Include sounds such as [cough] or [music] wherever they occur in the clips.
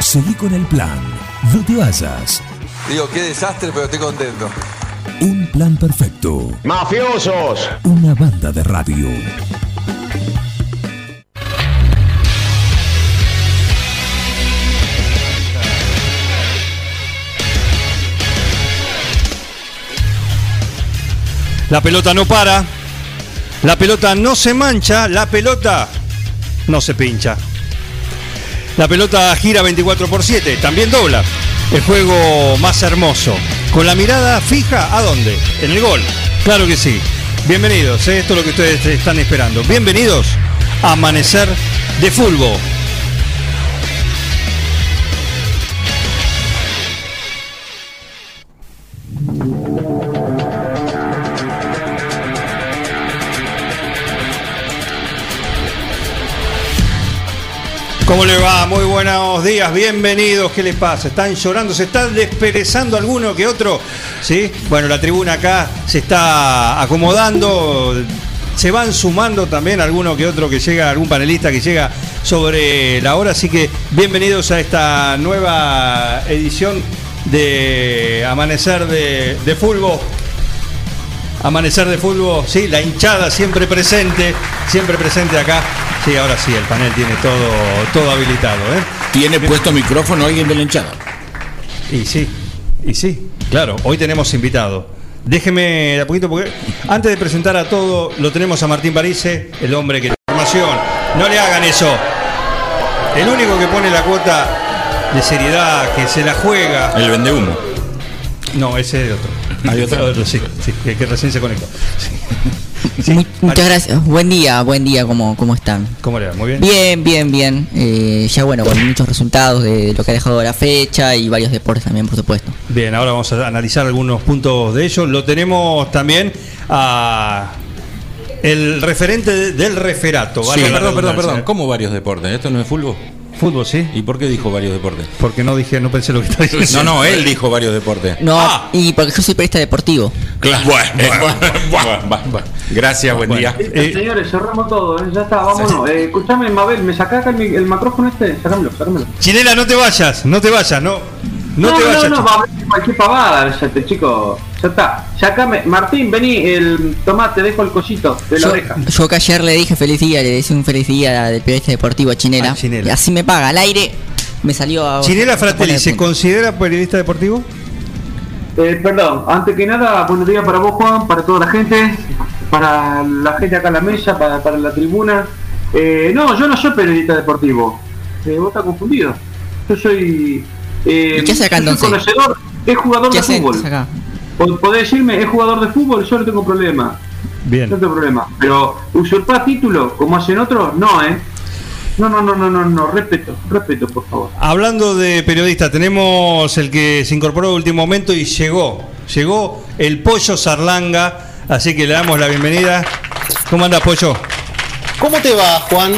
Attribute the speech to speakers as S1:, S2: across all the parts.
S1: Seguí con el plan. No te vayas.
S2: Digo, qué desastre, pero estoy contento.
S1: Un plan perfecto.
S3: ¡Mafiosos!
S1: Una banda de radio.
S4: La pelota no para. La pelota no se mancha. La pelota no se pincha. La pelota gira 24 por 7. También dobla. El juego más hermoso. Con la mirada fija, ¿a dónde? En el gol. Claro que sí. Bienvenidos. eh, Esto es lo que ustedes están esperando. Bienvenidos a Amanecer de Fulbo. ¿Cómo le va? Muy buenos días, bienvenidos. ¿Qué les pasa? ¿Están llorando? ¿Se están desperezando alguno que otro? ¿Sí? Bueno, la tribuna acá se está acomodando. Se van sumando también alguno que otro que llega, algún panelista que llega sobre la hora. Así que bienvenidos a esta nueva edición de Amanecer de, de Fulbo. Amanecer de fútbol, sí, la hinchada siempre presente, siempre presente acá. Sí, ahora sí, el panel tiene todo, todo habilitado, ¿eh?
S5: Tiene puesto micrófono alguien de la hinchada.
S4: Y sí, y sí, claro, hoy tenemos invitado. Déjeme de a poquito porque antes de presentar a todo, lo tenemos a Martín Parice, el hombre que tiene formación. No le hagan eso. El único que pone la cuota de seriedad, que se la juega,
S5: El vende humo.
S4: No, ese es otro.
S5: Hay otro.
S4: sí, sí, que, que recién se conectó. Sí. Sí,
S6: Mu-
S4: Ari,
S6: Muchas gracias. Buen día, buen día, ¿cómo, cómo están?
S4: ¿Cómo le va? ¿Muy bien?
S6: Bien, bien, bien. Eh, ya bueno, con muchos resultados de lo que ha dejado la fecha y varios deportes también, por supuesto.
S4: Bien, ahora vamos a analizar algunos puntos de ellos. Lo tenemos también a el referente de- del referato. ¿vale?
S5: Sí,
S4: Perdón, perdón, perdón.
S5: ¿Cómo varios deportes? ¿Esto no es fútbol?
S4: Fútbol, sí.
S5: ¿Y por qué dijo varios [laughs] deportes?
S4: Porque no dije, no pensé lo que estaba diciendo.
S5: No, no, él dijo varios deportes.
S6: No,
S4: Ah.
S6: y porque yo soy periodista deportivo.
S5: Claro. Bueno, bueno, bueno. Gracias, buen
S4: Bueno,
S5: día.
S4: eh,
S7: Señores, cerramos todo, ¿eh? ya está, vámonos. Eh, escuchame, Mabel, ¿me sacás acá el, mi- el macrófono este? Sacámelo, sacámelo.
S4: Chinela, no te vayas, no te vayas, no. No, te vayas.
S7: no,
S4: chico.
S7: va a abrir cualquier pavada, ya te- chico. Ya está, sacame. Martín, vení, el tomate, dejo el cosito de la
S6: Yo,
S7: oreja.
S6: yo que ayer le dije feliz día, le hice un feliz día del periodista deportivo a Chinela.
S4: A Chinela.
S6: Y así me paga, al aire me salió a...
S4: Chinela
S6: a poner
S4: Fratelli,
S6: de
S4: ¿se
S6: punta.
S4: considera periodista deportivo?
S7: Eh, perdón, antes que nada, buenos días para vos, Juan, para toda la gente, para la gente acá en la mesa, para, para la tribuna. Eh, no, yo no soy periodista deportivo. Eh, vos estás confundido. Yo soy. eh,
S6: ¿Y qué hace acá,
S7: yo soy
S6: entonces?
S7: conocedor, es jugador
S6: ¿Qué
S7: de
S6: hacen
S7: fútbol.
S6: acá?
S7: Pod- Podés decirme, es jugador de fútbol, yo no tengo problema. No
S4: Bien.
S7: tengo problema. Pero usurpar título, como hacen otros, no, ¿eh? No, no, no, no, no, no. Respeto, respeto, por favor.
S4: Hablando de periodista, tenemos el que se incorporó de último momento y llegó. Llegó el Pollo Sarlanga, así que le damos la bienvenida. ¿Cómo anda, Pollo?
S8: ¿Cómo te va, Juan?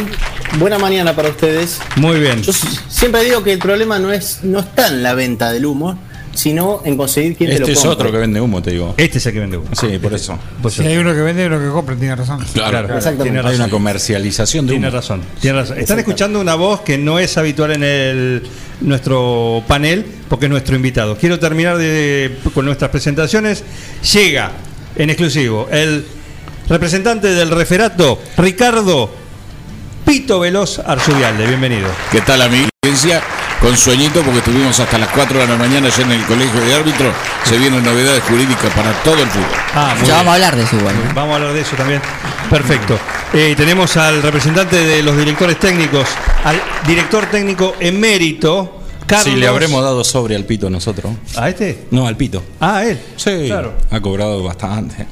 S8: Buena mañana para ustedes.
S4: Muy bien.
S8: Yo s- siempre digo que el problema no es no está en la venta del humo, sino en conseguir quien te
S5: Este
S8: lo
S5: es
S8: compre.
S5: otro que vende humo, te digo.
S4: Este es el que vende uno.
S5: Sí, por eso.
S4: Pollo.
S9: Si hay uno que vende y uno que compra, tiene razón.
S5: Claro,
S8: exactamente.
S4: Tiene
S5: Hay
S4: razón.
S5: una comercialización de
S4: Tiene
S5: humo.
S4: razón, tiene razón. Están escuchando una voz que no es habitual en el nuestro panel, porque es nuestro invitado. Quiero terminar de- con nuestras presentaciones. Llega en exclusivo el representante del referato, Ricardo Pito Veloz Arzubialde. Bienvenido.
S5: ¿Qué tal, audiencia? Con sueñito, porque estuvimos hasta las 4 de la mañana ayer en el colegio de árbitros. Se vienen novedades jurídicas para todo el fútbol.
S4: Ah,
S6: Ya vamos a hablar de eso igual.
S4: Vamos a hablar de eso también. Perfecto. Eh, tenemos al representante de los directores técnicos, al director técnico emérito, Carlos.
S5: Sí, le habremos dado sobre al pito nosotros.
S4: ¿A este?
S5: No, al pito.
S4: Ah, él.
S5: Sí,
S4: Claro.
S5: ha cobrado bastante.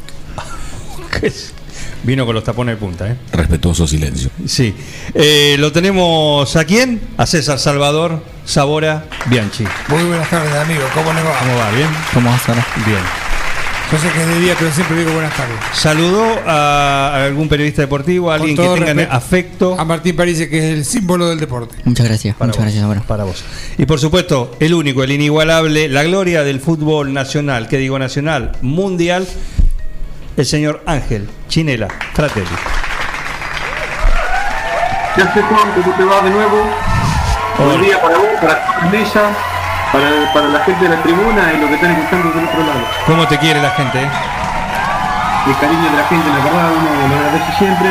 S4: [laughs] Vino con los tapones de punta, ¿eh?
S5: Respetuoso silencio.
S4: Sí. Eh, ¿Lo tenemos a quién? A César Salvador Sabora Bianchi.
S9: Muy buenas tardes, amigo. ¿Cómo les va?
S4: ¿Cómo va? ¿Bien?
S6: ¿Cómo vas ahora?
S4: Bien.
S9: Yo sé que es de día, pero siempre digo buenas tardes.
S4: ¿Saludó a algún periodista deportivo, a alguien
S9: Con
S4: que
S9: todo
S4: tenga
S9: respeto
S4: afecto?
S9: A Martín París, que es el símbolo del deporte.
S6: Muchas gracias,
S4: Para
S6: muchas
S4: vos,
S6: gracias ahora.
S4: Para vos. Y por supuesto, el único, el inigualable, la gloria del fútbol nacional, que digo nacional, mundial, el señor Ángel Chinela Fratelli.
S7: Ya sé, Juan, cómo te va de nuevo.
S4: Hola,
S7: buenos días para vos, para toda la mesa, para, para la gente de la tribuna y los que están escuchando del otro lado.
S4: ¿Cómo te quiere la gente? eh?
S7: El cariño de la gente, la verdad, uno lo agradece siempre.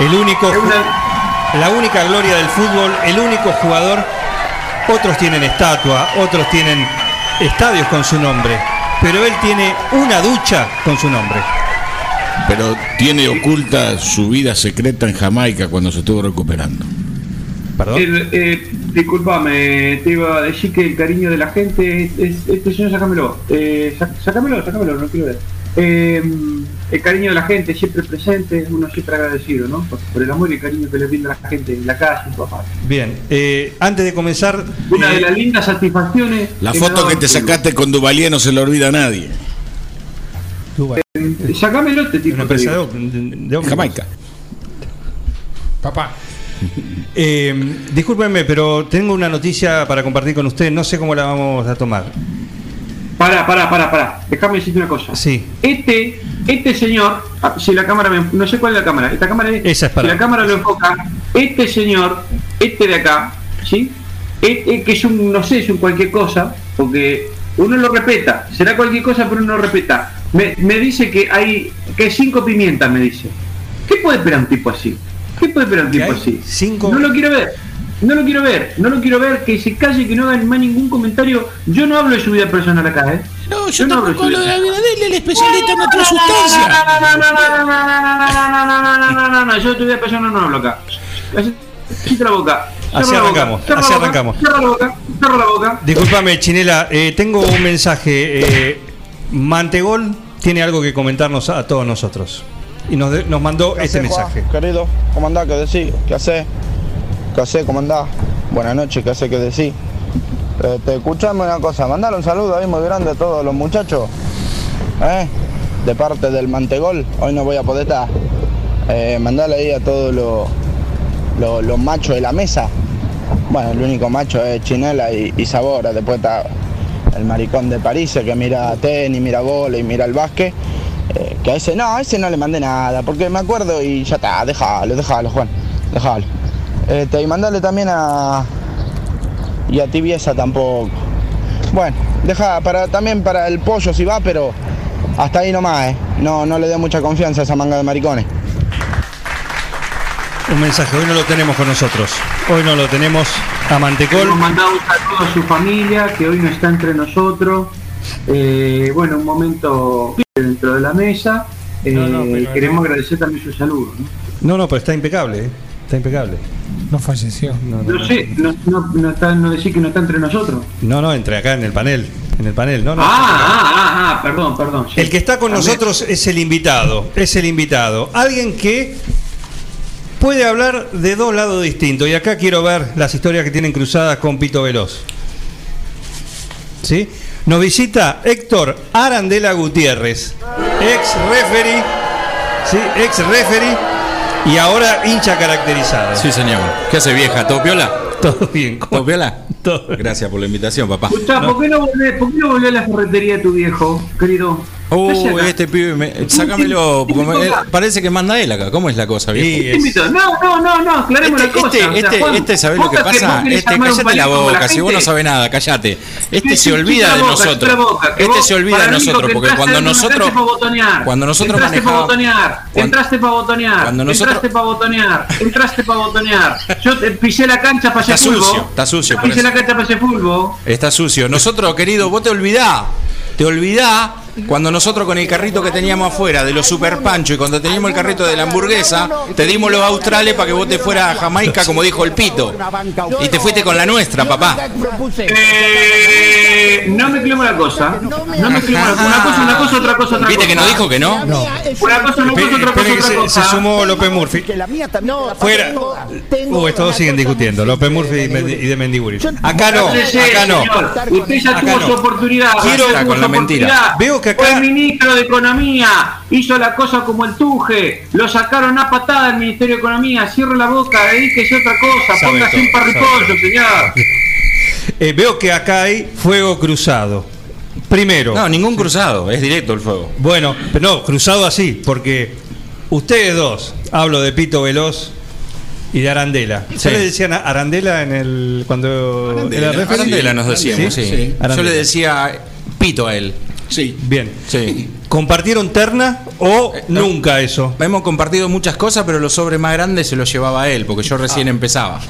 S4: El único,
S7: Es una-
S4: la única gloria del fútbol, el único jugador. Otros tienen estatua, otros tienen estadios con su nombre, pero él tiene una ducha con su nombre.
S5: Pero tiene oculta su vida secreta en Jamaica cuando se estuvo recuperando.
S4: Perdón.
S7: el- eh, disculpame, te iba a decir que el cariño de la gente es, es- este señor, sacámelo, eh, sac- sacámelo, sacámelo, no quiero ver. Eh, el cariño de la gente siempre presente, uno siempre agradecido, ¿no? Por, por el amor y el cariño que le brinda la gente en la calle, en todas partes.
S4: Bien, eh, antes de comenzar,
S7: Una
S4: eh,
S7: de las lindas satisfacciones.
S5: La
S7: que me
S5: foto
S7: daba
S5: que
S7: el
S5: te
S7: fútbol.
S5: sacaste con Duvalier no se la olvida a nadie.
S7: Eh, Sacámelo este tipo.
S4: una
S7: te
S4: empresa
S7: digo.
S4: de, de- de-
S5: En Jamaica.
S9: Papá.
S4: Eh, discúlpenme, pero tengo una noticia para compartir con usted. No sé cómo la vamos a tomar.
S7: Pará, pará, pará, pará. Déjame decirte una cosa.
S4: Sí.
S7: Este, este señor, ah, si la cámara me- no sé cuál es la cámara, esta cámara es,
S4: Esa es para-
S7: si la cámara lo enfoca, este señor, este de acá, ¿sí? Este que es un, no sé, es un cualquier cosa, porque uno lo respeta, será cualquier cosa, pero uno lo respeta. Me, me dice que hay, que hay cinco pimientas, me dice. ¿Qué puede esperar un tipo así? ¿Qué puede esperar un
S4: ¿Que
S7: tipo
S4: hay
S7: así?
S4: cinco-
S7: No lo quiero ver. No lo quiero ver, no lo quiero ver, que se calle, que no hagan más ningún comentario. Yo no hablo de su vida personal acá, ¿eh?
S5: No,
S7: yo no hablo de su vida personal.
S5: el especialista en otra sustancia.
S7: No, yo te voy a pasar una nueva bloca. Quita la boca.
S4: Así
S7: Cierra la boca,
S4: arrancamos,
S7: cierra la
S4: así
S7: boca,
S4: arrancamos.
S7: Cierra la boca, cierra la boca.
S4: Discúlpame, Chinela, eh, tengo un mensaje. eh, Mantegol tiene algo que comentarnos a todos nosotros. Y nos, de- nos mandó este
S3: hacés, Juan?
S4: mensaje.
S3: Querido, ¿cómo andás? ¿Qué decís? ¿Qué hacés? ¿Qué hacés? ¿Cómo andás? Buenas noches, ¿qué hacés? ¿Qué decís? Este, escuchame una cosa, mandale un saludo ahí muy grande a todos los muchachos. ¿eh? De parte del Mantegol, hoy no voy a poder estar. Eh, mandale ahí a todos los los- los machos de la mesa. Bueno, el único macho es Chinela y, y Sabora. Después está el maricón de París, el que mira tenis, mira bola y mira el básquet. Eh, que a ese no, a ese no le mandé nada, porque me acuerdo y ya está, déjalo, déjalo, Juan, déjalo. Este, y mandale también a. Y a tibieza tampoco. Bueno, deja para, también para el pollo si va, pero hasta ahí nomás, eh. No, no le dé mucha confianza a esa manga de maricones.
S4: Un mensaje, hoy no lo tenemos con nosotros. Hoy no lo tenemos a Mantecol.
S7: Hemos mandado un saludo a su familia que hoy no está entre nosotros. Eh, bueno, un momento dentro de la mesa. Eh,
S9: No, no, pero
S7: queremos
S9: no.
S7: agradecer también su saludo. ¿no?
S4: No, no, pero está impecable. eh, Está impecable.
S9: No falleció.
S4: No, no,
S7: No sé, no, no, no está, no decir que no está entre nosotros.
S4: no, no, entre acá en el panel. En el panel, no, no.
S7: Ah, ah, ah, ah, perdón, perdón. sí.
S4: El que está con
S7: También.
S4: nosotros es el invitado, es el invitado. Alguien que puede hablar de dos lados distintos. Y acá quiero ver las historias que tienen cruzadas con Pito Veloz. ¿Sí? Nos visita Héctor Arandela Gutiérrez, ex referee, ¿sí? ex referee y ahora hincha caracterizado.
S10: Sí, señor. ¿Qué hace vieja? ¿Todo piola?
S4: Todo bien.
S10: ¿Todo piola?
S4: Todo-
S10: Gracias por la invitación, papá.
S7: Gustavo, ¿por, qué no volvés, ¿por qué no volvés a la ferretería de tu viejo, querido? ¿Qué
S10: Uh,
S7: haces acá?
S10: este pibe, me- sácamelo. porque me- eh, parece que manda él acá. ¿Cómo es la cosa,
S4: Y
S10: viejo?
S7: Te
S4: es-
S7: invito. No, no, no, no, aclaremos
S10: Este,
S7: la cosa.
S10: este,
S7: O sea,
S10: este,
S7: Juan,
S10: este, ¿sabés lo que
S7: vos
S10: pasa?
S7: vos querés
S10: Este,
S7: armar un
S10: callate la
S7: palito con
S10: boca, si vos no
S7: gente.
S10: sabés nada, callate. Este
S7: Sí, sí,
S10: se olvida
S7: chupa
S10: de
S7: la boca,
S10: nosotros.
S7: chupa la boca, que
S10: Este
S7: vos,
S10: se olvida
S7: para
S10: de
S7: lo único
S10: nosotros,
S7: que
S10: porque
S7: entraste,
S10: cuando nosotros.
S7: Entraste para botonear.
S10: Cuando nosotros
S7: entraste
S10: manejábamos-
S7: para botonear.
S10: cuando-
S7: entraste para botonear.
S10: cuando nosotros-
S7: Entraste para botonear. Entraste para botonear. Yo te pisé la cancha para
S10: Está
S7: ese fulbo.
S10: sucio, está sucio, por
S7: Pisé
S10: eso.
S7: la cancha para ese fulbo.
S10: Está sucio. Nosotros, querido, vos te olvidás. Te olvidás cuando nosotros con el carrito que teníamos afuera de los super pancho y cuando teníamos el carrito de la hamburguesa, te dimos los australes para que vos te fueras a Jamaica, como dijo el pito. Y te fuiste con la nuestra, papá.
S7: Eh, no me clemo la cosa. No me clemo la cosa. Una cosa, una cosa, otra cosa, otra cosa.
S10: ¿Viste que no dijo que no?
S9: No.
S7: Una cosa, una
S4: Espe-
S7: cosa, otra cosa,
S4: espere que
S7: otra
S4: se,
S7: cosa.
S4: se sumó López Murphy. Fuera. Uh, estos siguen discutiendo. López Murphy y, Mendi- y de Mendiguri. Acá no,
S7: Cállese,
S4: acá no.
S7: señor. Usted ya
S4: Acá
S7: tuvo
S4: no.
S7: su oportunidad.
S4: Quiero-
S7: ya tuvo
S10: con
S7: su
S10: la mentira.
S7: oportunidad.
S4: Veo que acá-
S7: Fue ministro de Economía. Hizo la cosa como el tuje. Lo sacaron a patada del Ministerio de Economía. Cierre la boca, dedíquese a otra cosa.
S4: Sabe
S7: Póngase
S4: todo,
S7: un parripollo, señor.
S4: Eh, veo que acá hay fuego cruzado. Primero,
S10: No, ningún cruzado, es directo el fuego.
S4: bueno, pero no, cruzado así, porque ustedes dos, hablo de Pito Veloz
S10: y de Arandela. ¿Ya
S4: Sí.
S10: le decían a Arandela en el cuando
S4: Arandela,
S10: era referee?
S4: Arandela nos decíamos, sí. Yo
S10: Arandela.
S4: le decía pito a él.
S5: Sí.
S10: Bien.
S4: Sí. Eh,
S10: ¿Compartieron terna o nunca eso?
S4: Hemos compartido muchas cosas, pero los sobres más grandes se los llevaba él, porque yo recién
S10: Ah.
S4: empezaba.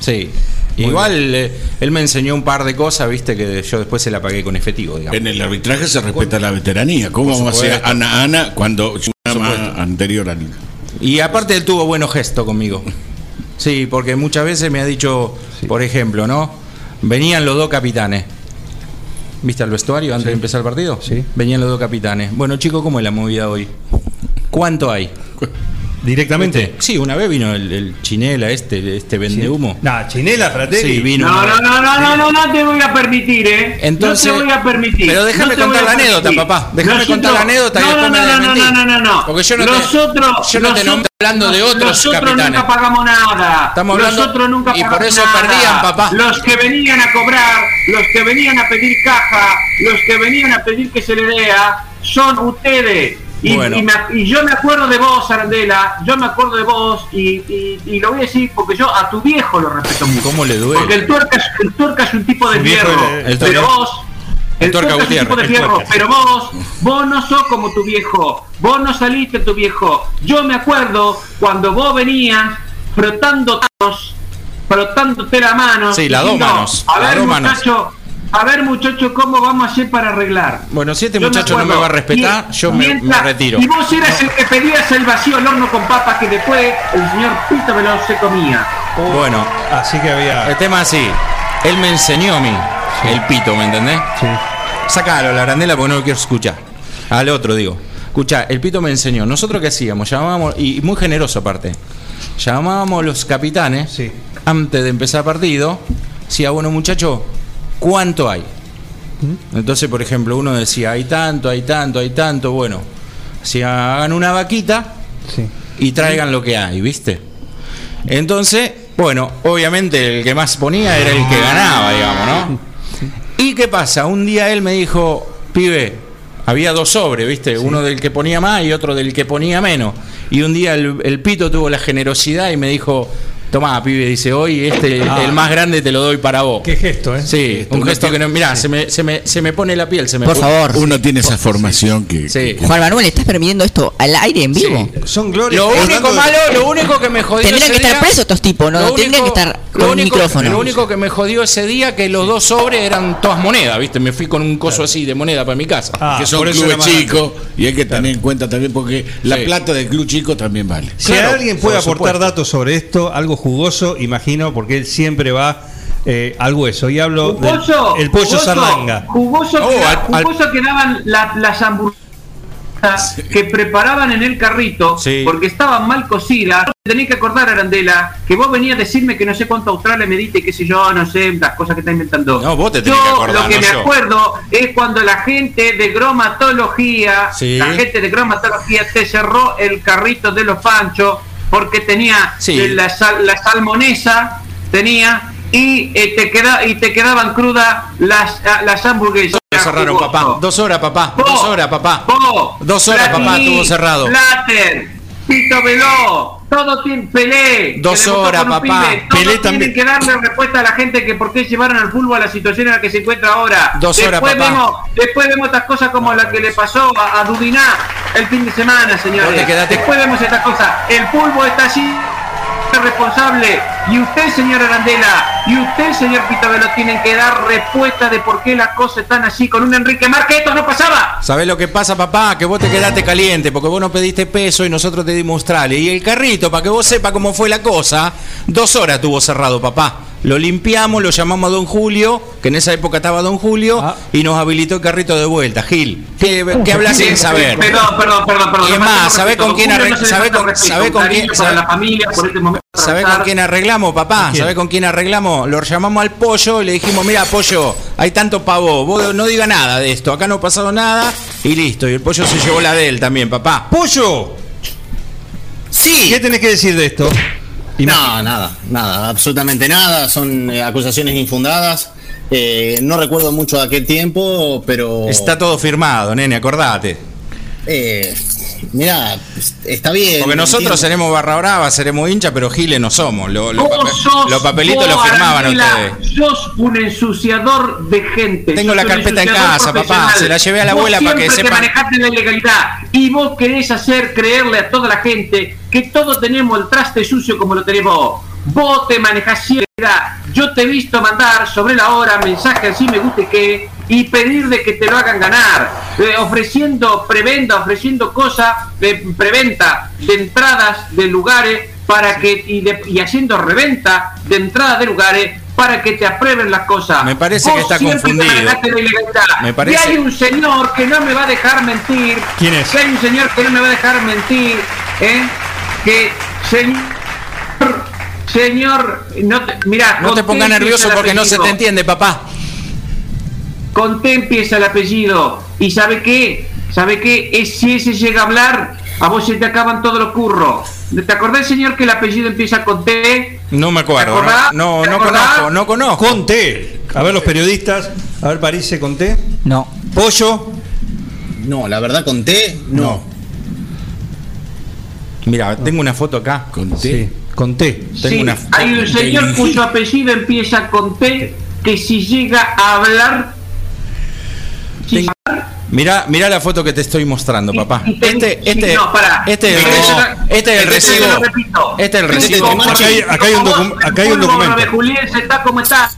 S4: Sí. Igual eh, él me enseñó un par de cosas, viste, que yo después se la pagué con efectivo, digamos.
S5: En el arbitraje se respeta la veteranía. ¿Cómo
S4: Por
S5: vamos a hacer
S4: supuesto.
S5: Ana Ana cuando es una más
S4: supuesto.
S5: anterior al
S4: Y aparte él tuvo buenos gestos conmigo. Sí, porque muchas veces me ha dicho, por ejemplo, ¿no? Venían los dos capitanes. ¿Viste al vestuario antes de empezar el partido? Sí. Venían los dos capitanes. Bueno, chicos, ¿cómo es la movida hoy? ¿Cuánto hay? Este,
S10: Directamente.
S4: Sí, una vez vino el, el chinela este, este vende humo.
S10: Nah, Chinela, Fratelli.
S4: Sí, vino.
S7: No,
S4: una-
S7: no, no, no, no, no, no te voy a permitir, ¿eh?
S4: Entonces-
S7: no te voy a permitir.
S4: pero déjame
S7: No te
S4: contar
S7: voy a
S4: la anécdota,
S7: permitir.
S4: papá. Déjame contar la anécdota y
S7: no,
S4: después
S7: no,
S4: me
S7: no, no,
S4: desmentí.
S7: no, no, no, no.
S4: Porque yo no te-
S7: nosotros,
S4: yo no te nombro hablando de otros
S7: Nosotros
S4: capitanes.
S7: nunca pagamos nada.
S4: Estamos hablando-
S7: Nosotros nunca
S4: y por
S7: pagamos
S4: eso
S7: nada.
S4: perdían, papá.
S7: Los que venían a cobrar, los que venían a pedir caja, los que venían a pedir que se le dea, son ustedes. Y,
S4: Bueno.
S7: y me- y yo me acuerdo de vos, Arandela, yo me acuerdo de vos y, y- y lo voy a decir porque yo a tu viejo lo respeto mucho.
S4: ¿Cómo le
S7: Porque
S4: duele?
S7: el tuerca, es- el tuerca es un tipo de
S10: El viejo
S7: fierro,
S10: era- el
S7: pero
S10: tuerca.
S7: vos... El,
S4: El tuerca
S7: tuerca es un tipo de
S4: Gutiérrez, el
S7: fierro,
S4: tuerca.
S7: pero vos, vos no sos como tu viejo, vos no saliste tu viejo. Yo me acuerdo cuando vos venías frotando manos, frotándote la mano.
S4: Sí, las dos
S7: diciendo,
S4: manos,
S7: A
S4: las
S7: ver,
S4: dos manos".
S7: muchacho, a ver, muchacho, ¿cómo vamos a hacer para arreglar?
S4: Bueno, si este
S7: Yo
S4: muchacho no
S7: acuerdo.
S4: me va a respetar,
S7: Mien-
S4: yo me- me
S7: mientras-
S4: retiro.
S7: Y vos eras el que pedías el vacío al horno con papas que después el señor Pito me lo se comía.
S4: Bueno,
S10: Así que
S4: El
S10: había.
S4: tema es así. Él me enseñó a mí. El pito, ¿me entendés?
S10: Sí.
S4: Sácalo, la arandela, porque no lo quiero escuchar. Al otro digo. Escucha, el pito me enseñó. Nosotros qué hacíamos, llamábamos, y muy generoso aparte. Llamábamos los capitanes
S10: Sí.
S4: antes de empezar partido. Decía, bueno muchacho, ¿cuánto hay?
S10: ¿Mm?
S4: Entonces, por ejemplo, uno decía, hay tanto, hay tanto, hay tanto. Bueno, si hagan una vaquita
S10: Sí.
S4: y traigan lo que hay, ¿viste? Entonces, bueno, obviamente el que más ponía era el que ganaba, digamos, ¿no? ¿Y qué pasa? Un día él me dijo, pibe, había dos sobres, ¿viste? Uno del que ponía más y otro del que ponía menos. Y un día el, el pito tuvo la generosidad y me dijo, tomá, pibe, dice, hoy este,
S10: Ah.
S4: el más grande te lo doy para vos.
S10: Qué gesto, ¿eh?
S4: Sí, un gesto que no. Mirá, se, me, se, me, se me pone la piel, se me
S6: Por
S4: pone-
S6: favor.
S5: Uno tiene esa formación que,
S4: Sí.
S5: que-
S6: Juan Manuel, ¿estás permitiendo esto al aire en vivo?
S10: Son glorias.
S4: Lo único
S10: Hablando de-
S4: malo, lo único que me jodió.
S6: Tendrían
S4: ese
S6: que estar
S4: día-
S6: presos estos tipos, ¿no?
S4: lo
S6: Tendrían
S4: único-
S6: que estar
S4: lo
S6: con un
S4: único-
S6: micrófono.
S4: Lo único que me jodió ese día que los dos sobres eran todas monedas, ¿viste? Me fui con un coso así de moneda para mi casa.
S10: Ah,
S5: que
S10: por
S5: son
S10: eso
S5: clubes
S10: era más grande.
S5: chicos y hay que tener en cuenta también porque la
S4: Sí.
S5: plata del club chico también vale.
S10: Si
S4: Claro,
S10: alguien puede
S4: por
S10: aportar
S4: supuesto.
S10: datos sobre esto, algo jugoso, imagino, porque él siempre va eh, al hueso. Y hablo del
S7: Jugoso,
S10: el pollo
S7: jugoso,
S10: zarlanga.
S7: Jugoso,
S4: Oh,
S7: que, da-
S4: al- al-
S7: jugoso que daban la- las hamburguesas que preparaban en el carrito
S4: Sí.
S7: porque estaban mal cocidas. Tenés que acordar, Arandela, que vos venías a decirme que no sé cuánto Australia me diste, qué sé yo, no sé, las cosas que está inventando.
S4: No, vos te tenés
S7: yo,
S4: que acordar,
S7: Lo que
S4: no
S7: me
S4: yo.
S7: acuerdo es cuando la gente de cromatología,
S4: Sí.
S7: la gente Este de cromatología te cerró el carrito de los panchos porque tenía
S4: Sí.
S7: de la, sal- la salmonesa tenía y eh, te queda y te quedaban crudas las ah, las hamburguesas.
S4: Lo cerraron, papá. Dos horas, papá.
S7: Vos,
S4: Dos horas, papá.
S7: vos,
S4: Dos horas, papá,
S7: Platini,
S4: estuvo cerrado.
S7: Plater, Tito Veló, todo tiene Pelé.
S4: Dos
S7: que debutó
S4: horas,
S7: con un
S4: papá.
S7: pibe, todos
S10: Pelé también.
S7: Tienen que darle respuesta a la gente que por qué llevaron al fútbol a la situación en la que se encuentra ahora.
S4: Dos horas,
S7: después
S4: papá.
S7: Vemos, después vemos estas cosas como la que le pasó a, a Dubiná el fin de semana,
S4: Vos
S7: señores.
S4: te quedaste-
S7: Después vemos estas cosas. El fútbol está así es responsable y usted señor Arandela y usted señor Pitabelo tienen que dar respuesta de por qué las cosas están así con un Enrique Márquez esto no pasaba
S4: ¿Sabés lo que pasa, papá? Que vos te quedaste caliente porque vos no pediste peso y nosotros te dimos Australia. Y el carrito, para que vos sepas cómo fue la cosa, dos horas tuvo cerrado, papá. Lo limpiamos, lo llamamos a Don Julio, que en esa época estaba Don Julio,
S10: Ah.
S4: y nos habilitó el carrito de vuelta. Gil, que,
S10: Uh,
S4: que hablas sin saber.
S7: perdón perdón perdón perdón
S4: Y es
S7: no
S4: más,
S7: tengo
S4: ¿sabe
S7: respeto.
S4: con quién
S7: Julio
S4: arre-
S7: no se le
S4: sabe
S7: falta
S4: con-
S7: respeto.
S4: sabe con
S7: Cariño
S4: quién-
S7: para
S4: sabe-
S7: la familia por este momento
S4: ¿Sabés con
S7: atravesar.
S4: quién arreglamos, papá? ¿Sabés con quién arreglamos? Lo llamamos al pollo y le dijimos, mira, pollo, hay tanto pavo, vos no diga nada de esto, acá no ha pasado nada y listo. Y el pollo se llevó la de él también, papá.
S10: ¡Pollo!
S8: Sí.
S10: ¿Qué tenés que decir de esto?
S8: No, nada, nada, absolutamente nada. Son eh, acusaciones infundadas. Eh, no recuerdo mucho de aquel tiempo, pero.
S4: Está todo firmado, nene, acordate.
S8: eh, Mira, está bien.
S10: Porque nosotros
S8: entiendo.
S10: seremos barra brava, seremos hincha, pero giles no somos. Lo- lo
S7: Vos
S10: pape-
S7: sos-
S10: los papelitos los
S7: vos,
S10: firmaban
S7: Arandela,
S10: ustedes.
S7: Sos un ensuciador de gente.
S10: Tengo
S7: sos
S10: la
S7: un
S10: carpeta en
S7: ensuciador
S10: casa, papá,
S7: profesional.
S10: se la llevé a la
S7: Vos
S10: abuela para que
S7: siempre
S10: sepa-
S7: te manejaste en la ilegalidad y vos querés hacer creerle a toda la gente que todos tenemos el traste sucio como lo tenemos. Vos te manejás siempre. Yo te he visto mandar sobre la hora mensajes así me guste que y pedir de que te lo hagan ganar, eh, ofreciendo prebenda, ofreciendo cosas de preventa de entradas de lugares para que y, de- y haciendo reventa de entradas de lugares para que te aprueben las cosas.
S10: Me parece que está
S7: siempre te
S10: confundido.
S7: manejaste la ilegalidad.
S10: Me parece-
S7: Y hay un señor que no me va a dejar mentir.
S4: ¿Quién es?
S7: Que hay un señor que no me va a dejar mentir, ¿eh? Que señor, señor, no te, mirá,
S10: No te pongas nervioso porque no se te entiende, papá.
S7: Con T empieza el apellido. ¿Y sabe qué? ¿Sabe qué? Es si ese llega a hablar, a vos se te acaban todos los curros. ¿Te acordás, señor, que el apellido empieza con T?
S10: No me acuerdo.
S7: ¿Te acordás?
S10: No,
S7: ¿Te
S10: no, no
S7: acordás?
S10: conozco, no conozco.
S4: Conté. A ver los periodistas. A ver, París, conté.
S6: No.
S4: Pollo.
S8: No, la verdad, con T, no.
S10: Mira, tengo una foto acá.
S5: Conté.
S4: Conté.
S10: Tengo
S7: Sí,
S10: una-
S7: hay un señor cuyo apellido empieza con T que si llega a hablar si-
S10: Mira, mira la foto que te estoy mostrando, papá.
S7: y te-
S10: Este,
S7: sí,
S10: este,
S7: no, pará.
S10: este es el
S7: No.
S10: recibo. Este es el
S7: Este te lo
S10: recibo.
S7: repito.
S10: Este es el recibo.
S7: Tengo
S4: Acá hay- acá hay un
S7: como
S4: docu- acá hay un
S7: Pulvo
S4: documento. Eh.
S7: Romeo Julián se está como está.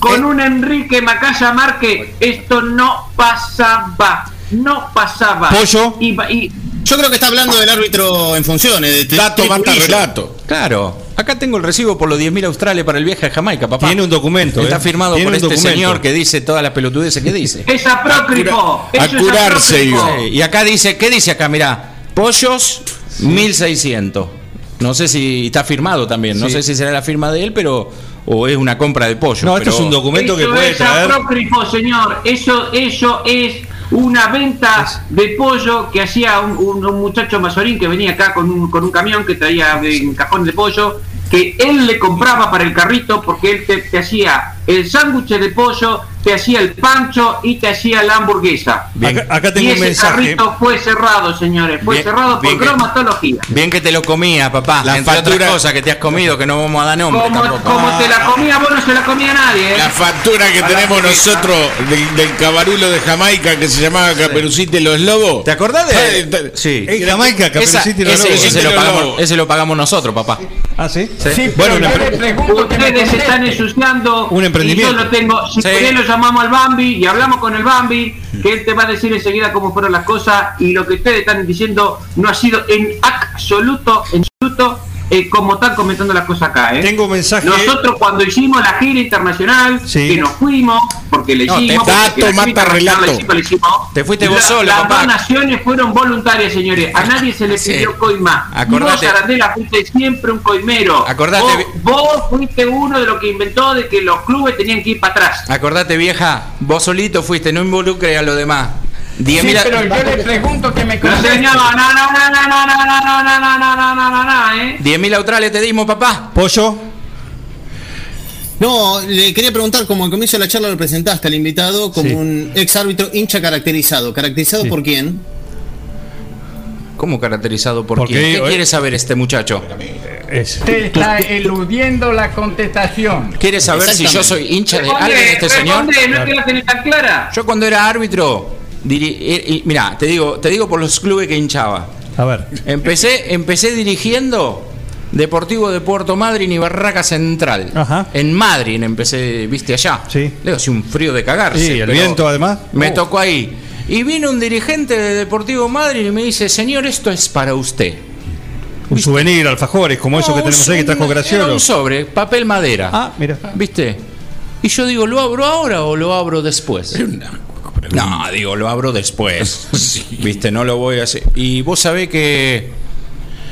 S7: Con un Enrique Macaya Márquez, esto no pasaba. No pasaba.
S4: Pollo.
S7: Y, va- y-
S8: Yo creo que está hablando del árbitro en funciones. De tri-
S5: Dato mata
S8: Tripulillo.
S5: relato.
S10: Claro. Acá tengo el recibo por los 10.000 australes para el viaje a Jamaica, papá.
S4: Tiene un documento,
S10: Está
S4: eh.
S10: firmado
S4: Tiene
S10: por
S4: un
S10: este
S4: documento.
S10: señor que dice todas las pelotudeces que [laughs] dice.
S7: es apócrifo.
S5: A cura-
S7: eso
S5: a
S7: es
S5: curarse
S7: apócrifo.
S5: iba.
S10: Sí, Y acá dice, ¿qué dice acá? Mirá, pollos 1600. No sé si está firmado también, no
S4: Sí.
S10: sé si será la firma de él, pero o es una compra de pollos.
S4: No, esto
S10: pero-
S4: es un documento que
S7: Eso
S4: puede
S7: es
S4: traer.
S7: apócrifo, señor. Eso, eso es una venta de pollo que hacía un, un- un muchacho mazorín que venía acá con un, con un camión que traía un cajón de pollo, que él le compraba para el carrito porque él te, te hacía el sándwich de pollo, te hacía el pancho y te hacía la hamburguesa.
S4: Acá, acá tengo
S7: y
S4: un
S7: ese
S4: mensaje.
S7: carrito fue cerrado, señores. Fue
S10: Bien,
S7: cerrado por
S10: bien que-
S7: cromatología.
S10: Bien que te lo comías, papá.
S5: La
S10: entre
S5: factura-
S10: otras cosas que te has comido, que no vamos a dar nombre
S7: Como,
S10: tampoco.
S4: Ah,
S7: como te la comía, vos no se la comía nadie. ¿eh?
S5: La factura que
S7: A la
S5: tenemos
S7: que-
S5: nosotros del, del cabarulo de Jamaica que se llamaba Caperucita y los Lobos.
S10: ¿Te acordás de
S5: Eh, te-
S10: Sí.
S4: En Jamaica,
S10: Esa-
S4: Caperucita y los
S10: ese,
S4: Lobos.
S10: ese lo
S5: Caperucita y los
S10: pagamos,
S5: Lobos.
S10: ese lo pagamos nosotros, papá.
S4: Ah, sí.
S10: Sí.
S4: Bueno, una pre-
S7: Ustedes están ensuciando.
S4: Un emprendimiento.
S7: Y yo lo tengo. Si
S10: Sí.
S7: querés, lo llamamos al Bambi y hablamos con el Bambi, que él te va a decir enseguida cómo fueron las cosas. Y lo que ustedes están diciendo no ha sido en absoluto, en absoluto, eh, como están comentando las cosas acá. ¿eh?
S4: tengo un mensaje.
S7: Nosotros, cuando hicimos la gira internacional,
S4: Sí.
S7: que nos fuimos, porque le
S10: No, te-
S7: hicimos.
S5: dato
S7: porque la gira
S5: mata
S7: internacional
S5: relato.
S7: la hicimos, la hicimos.
S10: Te fuiste vos solo,
S7: Las
S10: papá. Ah,
S7: donaciones fueron voluntarias, señores. A nadie se le
S10: Sí.
S7: pidió coima.
S10: Acordate.
S7: Vos, Arandela, fuiste siempre un coimero.
S10: Acordate-
S7: Vos- Vos fuiste uno de los que inventó de que los clubes tenían que ir para atrás.
S10: Acordate, vieja, vos solito fuiste, no involucres a los demás. 10.000
S11: Sí,
S10: a-
S11: pero yo le pregunto que me
S7: No
S11: conteste.
S7: señaba, na, na, na, na, na, na, na, na, na, na, na, na, na, na, na, eh.
S10: 10.000 australes te dimos, papá.
S4: Pollo.
S8: No, le quería preguntar, como al comienzo de la charla lo presentaste al invitado como
S4: Sí.
S8: un ex árbitro hincha caracterizado. ¿Caracterizado por quién?
S10: ¿Cómo caracterizado por
S4: Porque
S10: quién? ¿Qué
S4: digo, eh.
S10: quiere saber este muchacho?
S4: Es.
S11: Usted está eludiendo la contestación.
S10: ¿Quiere saber si yo
S8: Exactamente.
S10: soy hincha de
S7: Responde,
S10: alguien este señor?
S7: responde, no te la tenés tan clara.
S10: Yo cuando era árbitro, diri- eh, eh, mirá, te digo, te digo por los clubes que hinchaba.
S4: A ver.
S10: Empecé, empecé dirigiendo Deportivo de Puerto Madryn y Barraca Central.
S4: Ajá.
S10: En Madryn empecé, viste, allá.
S4: Sí.
S10: Le hacía un frío de cagarse.
S4: Sí, el
S10: pero
S4: viento, además.
S10: Me
S4: Oh.
S10: tocó ahí. Y vino un dirigente de Deportivo Madryn y me dice, señor, esto es para usted.
S4: Un souvenir, alfajores, como esos
S10: No,
S4: que
S10: un
S4: tenemos ahí que
S10: so-
S4: trajo
S10: era
S4: Graciolo.
S10: un sobre, papel madera.
S4: Ah, mira.
S10: ¿Viste? Y yo digo, ¿lo abro ahora o lo abro después? No, digo, lo abro después. ¿Viste? No lo voy a hacer. Y vos sabés que.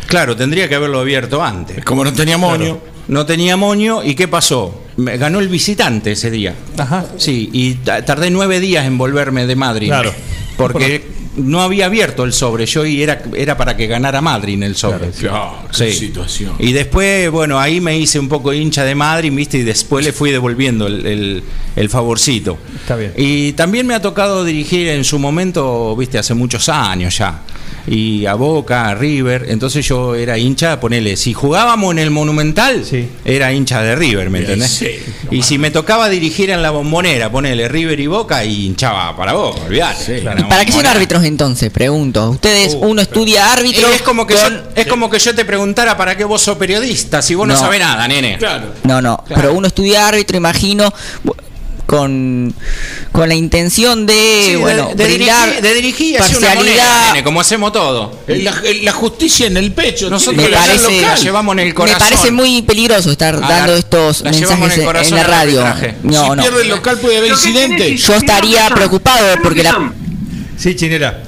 S10: Claro, tendría que haberlo abierto antes.
S5: Como no tenía moño.
S10: No tenía moño y ¿qué pasó? Me ganó el visitante ese día.
S4: Ajá.
S10: Sí, y ta- tardé nueve días en volverme de Madrid.
S4: Claro.
S10: Porque no había abierto el sobre yo y era, era para que ganara Madrid el sobre.
S5: Claro, qué situación.
S10: Y después, bueno, ahí me hice un poco hincha de Madrid, ¿viste? Y después le fui devolviendo el, el- el favorcito.
S4: Está bien.
S10: Y también me ha tocado dirigir en su momento, ¿viste? Hace muchos años ya. y a Boca, a River. Entonces yo era hincha, ponele, si jugábamos en el Monumental, era hincha de River, ¿me
S5: Y
S10: entendés?
S5: sí,
S10: y si me tocaba dirigir en la bombonera, ponele River y Boca, y hinchaba para Boca, olvidate. Era
S6: ¿Y
S10: una
S6: para qué son
S10: bombonera.
S6: árbitros entonces? Pregunto. Ustedes, uno estudia árbitro.
S10: Y Uh, es como que yo, es como que yo te preguntara para qué vos sos periodista, si vos no,
S6: No.
S10: sabés nada, nene.
S6: No, no, pero uno estudia árbitro, imagino, bu- con, con la intención de,
S10: Sí, de-
S6: bueno,
S10: de,
S6: brindar
S10: dirigir, de dirigir y hacer una moneda,
S6: parcialidad.
S10: nene, como hacemos todo.
S5: La, la justicia en el pecho.
S10: Nosotros
S5: tiene que
S10: la
S5: ser
S10: parece-
S5: local.
S10: la llevamos en el
S6: Me
S10: corazón.
S6: parece muy peligroso estar
S10: la-
S6: dando estos
S10: la llevamos
S6: mensajes
S10: en el
S6: en,
S10: corazón
S6: la
S10: al
S6: radio.
S10: arbitraje.
S6: No,
S5: si
S6: no.
S5: pierde el local puede haber incidente.
S6: Yo estaría preocupado porque la.
S4: Sí, chinera.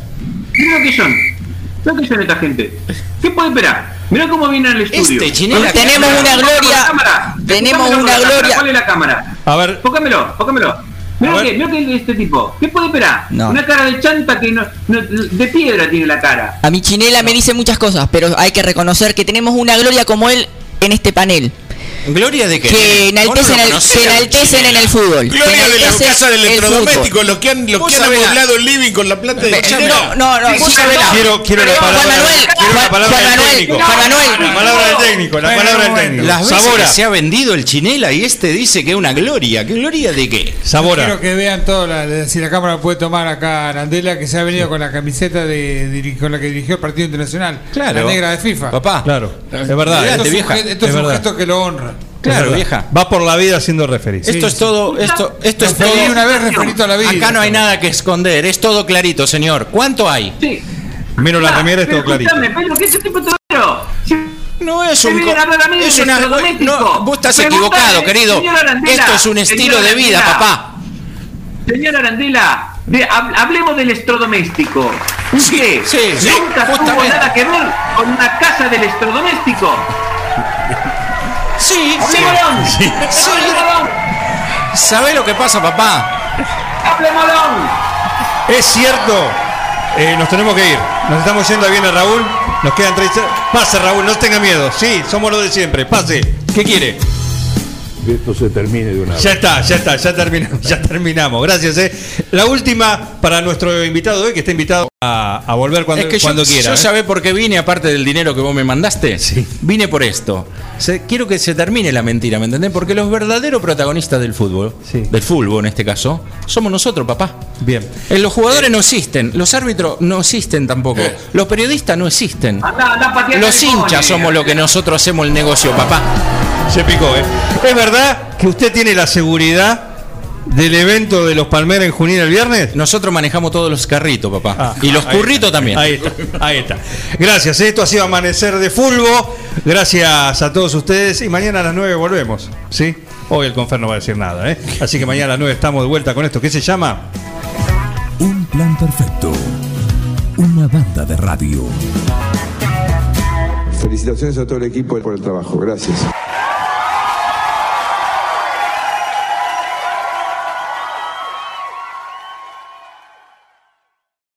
S7: Mira lo que son. Mira lo que son esta gente. ¿Qué puede esperar? Mira cómo viene al estudio.
S10: Este chinela que-
S6: Tenemos una gloria. Tenemos una gloria.
S7: ¿Cuál es la cámara?
S4: A ver.
S7: Pócamelo, pócamelo. Mira lo que, mira lo que es este tipo. ¿Qué puede esperar?
S6: No.
S7: Una cara de chanta que no, no- de piedra tiene la cara.
S6: A mi chinela me dice muchas cosas, pero hay que reconocer que tenemos una gloria como él en este panel.
S10: Gloria de qué?
S6: Que
S10: nene? Vos no
S6: enaltecen,
S10: lo
S6: el-
S10: conocés,
S6: que enaltecen en el fútbol. que
S5: Gloria de la
S6: enaltecen
S5: casa del
S6: el fútbol.
S5: electrodoméstico, los que han, los
S10: Vos
S5: que han
S10: sabés la-
S5: amueblado el living con la plata de China.
S6: No, no, no.
S5: Vos
S6: sí,
S5: sabés la-
S4: Quiero, quiero la
S6: Juan
S4: palabra,
S6: Manuel,
S4: quiero la
S6: Juan-
S4: palabra
S6: Juan
S4: del
S6: Manuel,
S4: técnico.
S6: Juan Manuel.
S4: La palabra del técnico, la
S9: Bueno,
S4: palabra del
S9: bueno.
S4: técnico.
S10: Las veces
S4: Sabora,
S10: que se ha vendido el chinela y este dice que es una gloria. ¿Qué gloria de qué?
S4: Sabora.
S9: Quiero que vean todo, la, la- si la cámara puede tomar acá a Arandela, que se ha venido con la camiseta de, diri- con la que dirigió el Partido Internacional.
S10: Claro.
S9: La negra de FIFA.
S10: Papá.
S4: Claro, es verdad.
S10: Mirá,
S4: ¿eh?
S9: Esto
S10: te
S9: es,
S10: vieja,
S9: un, ge- esto es
S4: es
S9: un
S4: verdad.
S9: gesto que lo honra.
S4: Es
S10: Claro,
S4: verdad.
S10: vieja.
S4: Va por la vida siendo referees.
S10: Esto es todo, esto, esto es todo.
S9: Referí una vez referito a la vida.
S10: Acá no hay nada que esconder, es todo clarito, señor. ¿Cuánto hay?
S7: Sí. Ah,
S4: Menos la remera es
S7: Pero
S4: todo clarito.
S7: escúchame, Pedro, ¿qué es este tipo de torero? Si-
S10: No es
S7: Se
S10: un.
S7: viene
S10: co-
S7: a hablar a mí de
S10: Es una,
S7: electrodoméstico.
S10: no, vos estás
S7: Pregúntale,
S10: equivocado, querido.
S7: señora Arandela,
S10: Esto es un estilo
S7: señora
S10: de vida,
S7: Arandela.
S10: papá.
S7: Señor Arandela, de- hab- hablemos del electrodoméstico. Usted
S10: sí, sí,
S7: nunca tuvo
S10: justamente.
S7: nada que ver con una casa del electrodoméstico.
S10: Sí, sí.
S7: ¡Hablemoslo!
S10: sí.
S7: ¡Hablemoslo!
S10: ¿Sabés lo que pasa, papá?
S7: ¡Hablemoslo!
S4: Es cierto. Eh, nos tenemos que ir. Nos estamos yendo bien a Raúl. Nos quedan tres. Pase, Raúl, no tenga miedo. Sí, somos los de siempre. Pase. ¿Qué quiere?
S12: Que esto se termine de una vez.
S4: Ya está, ya está, ya terminamos, [laughs] ya terminamos. Gracias, eh. La última para nuestro invitado de hoy, que está invitado a, a volver cuando,
S10: es que
S4: cuando
S10: yo,
S4: quiera.
S10: yo
S4: eh.
S10: sabés por qué vine, aparte del dinero que vos me mandaste. Vine por esto. Se- quiero que se termine la mentira, ¿me entendés? Porque los verdaderos protagonistas del fútbol, del fútbol en este caso, somos nosotros, papá.
S4: Bien.
S10: Eh, los jugadores no existen, los árbitros no existen tampoco,
S4: Eh.
S10: los periodistas no existen.
S4: Ah,
S7: Andá, andá pateando
S10: Los
S7: el cone.
S10: hinchas somos lo que nosotros hacemos el negocio, papá.
S4: Se picó, ¿eh? ¿Es verdad que usted tiene la seguridad del evento de los Palmeras en Junín el viernes?
S10: Nosotros manejamos todos los carritos, papá.
S4: Ah,
S10: y los
S4: ahí
S10: curritos
S4: está,
S10: también.
S4: Ahí está, ahí está. Gracias, esto ha sido Amanecer de Fulbo. Gracias a todos ustedes y mañana a las 9 volvemos, ¿sí? Hoy el confer no va a decir nada, ¿eh? Así que mañana a las 9 estamos de vuelta con esto. ¿Qué se llama?
S1: Un plan perfecto. Una banda de radio.
S2: Felicitaciones a todo el equipo por el trabajo. Gracias.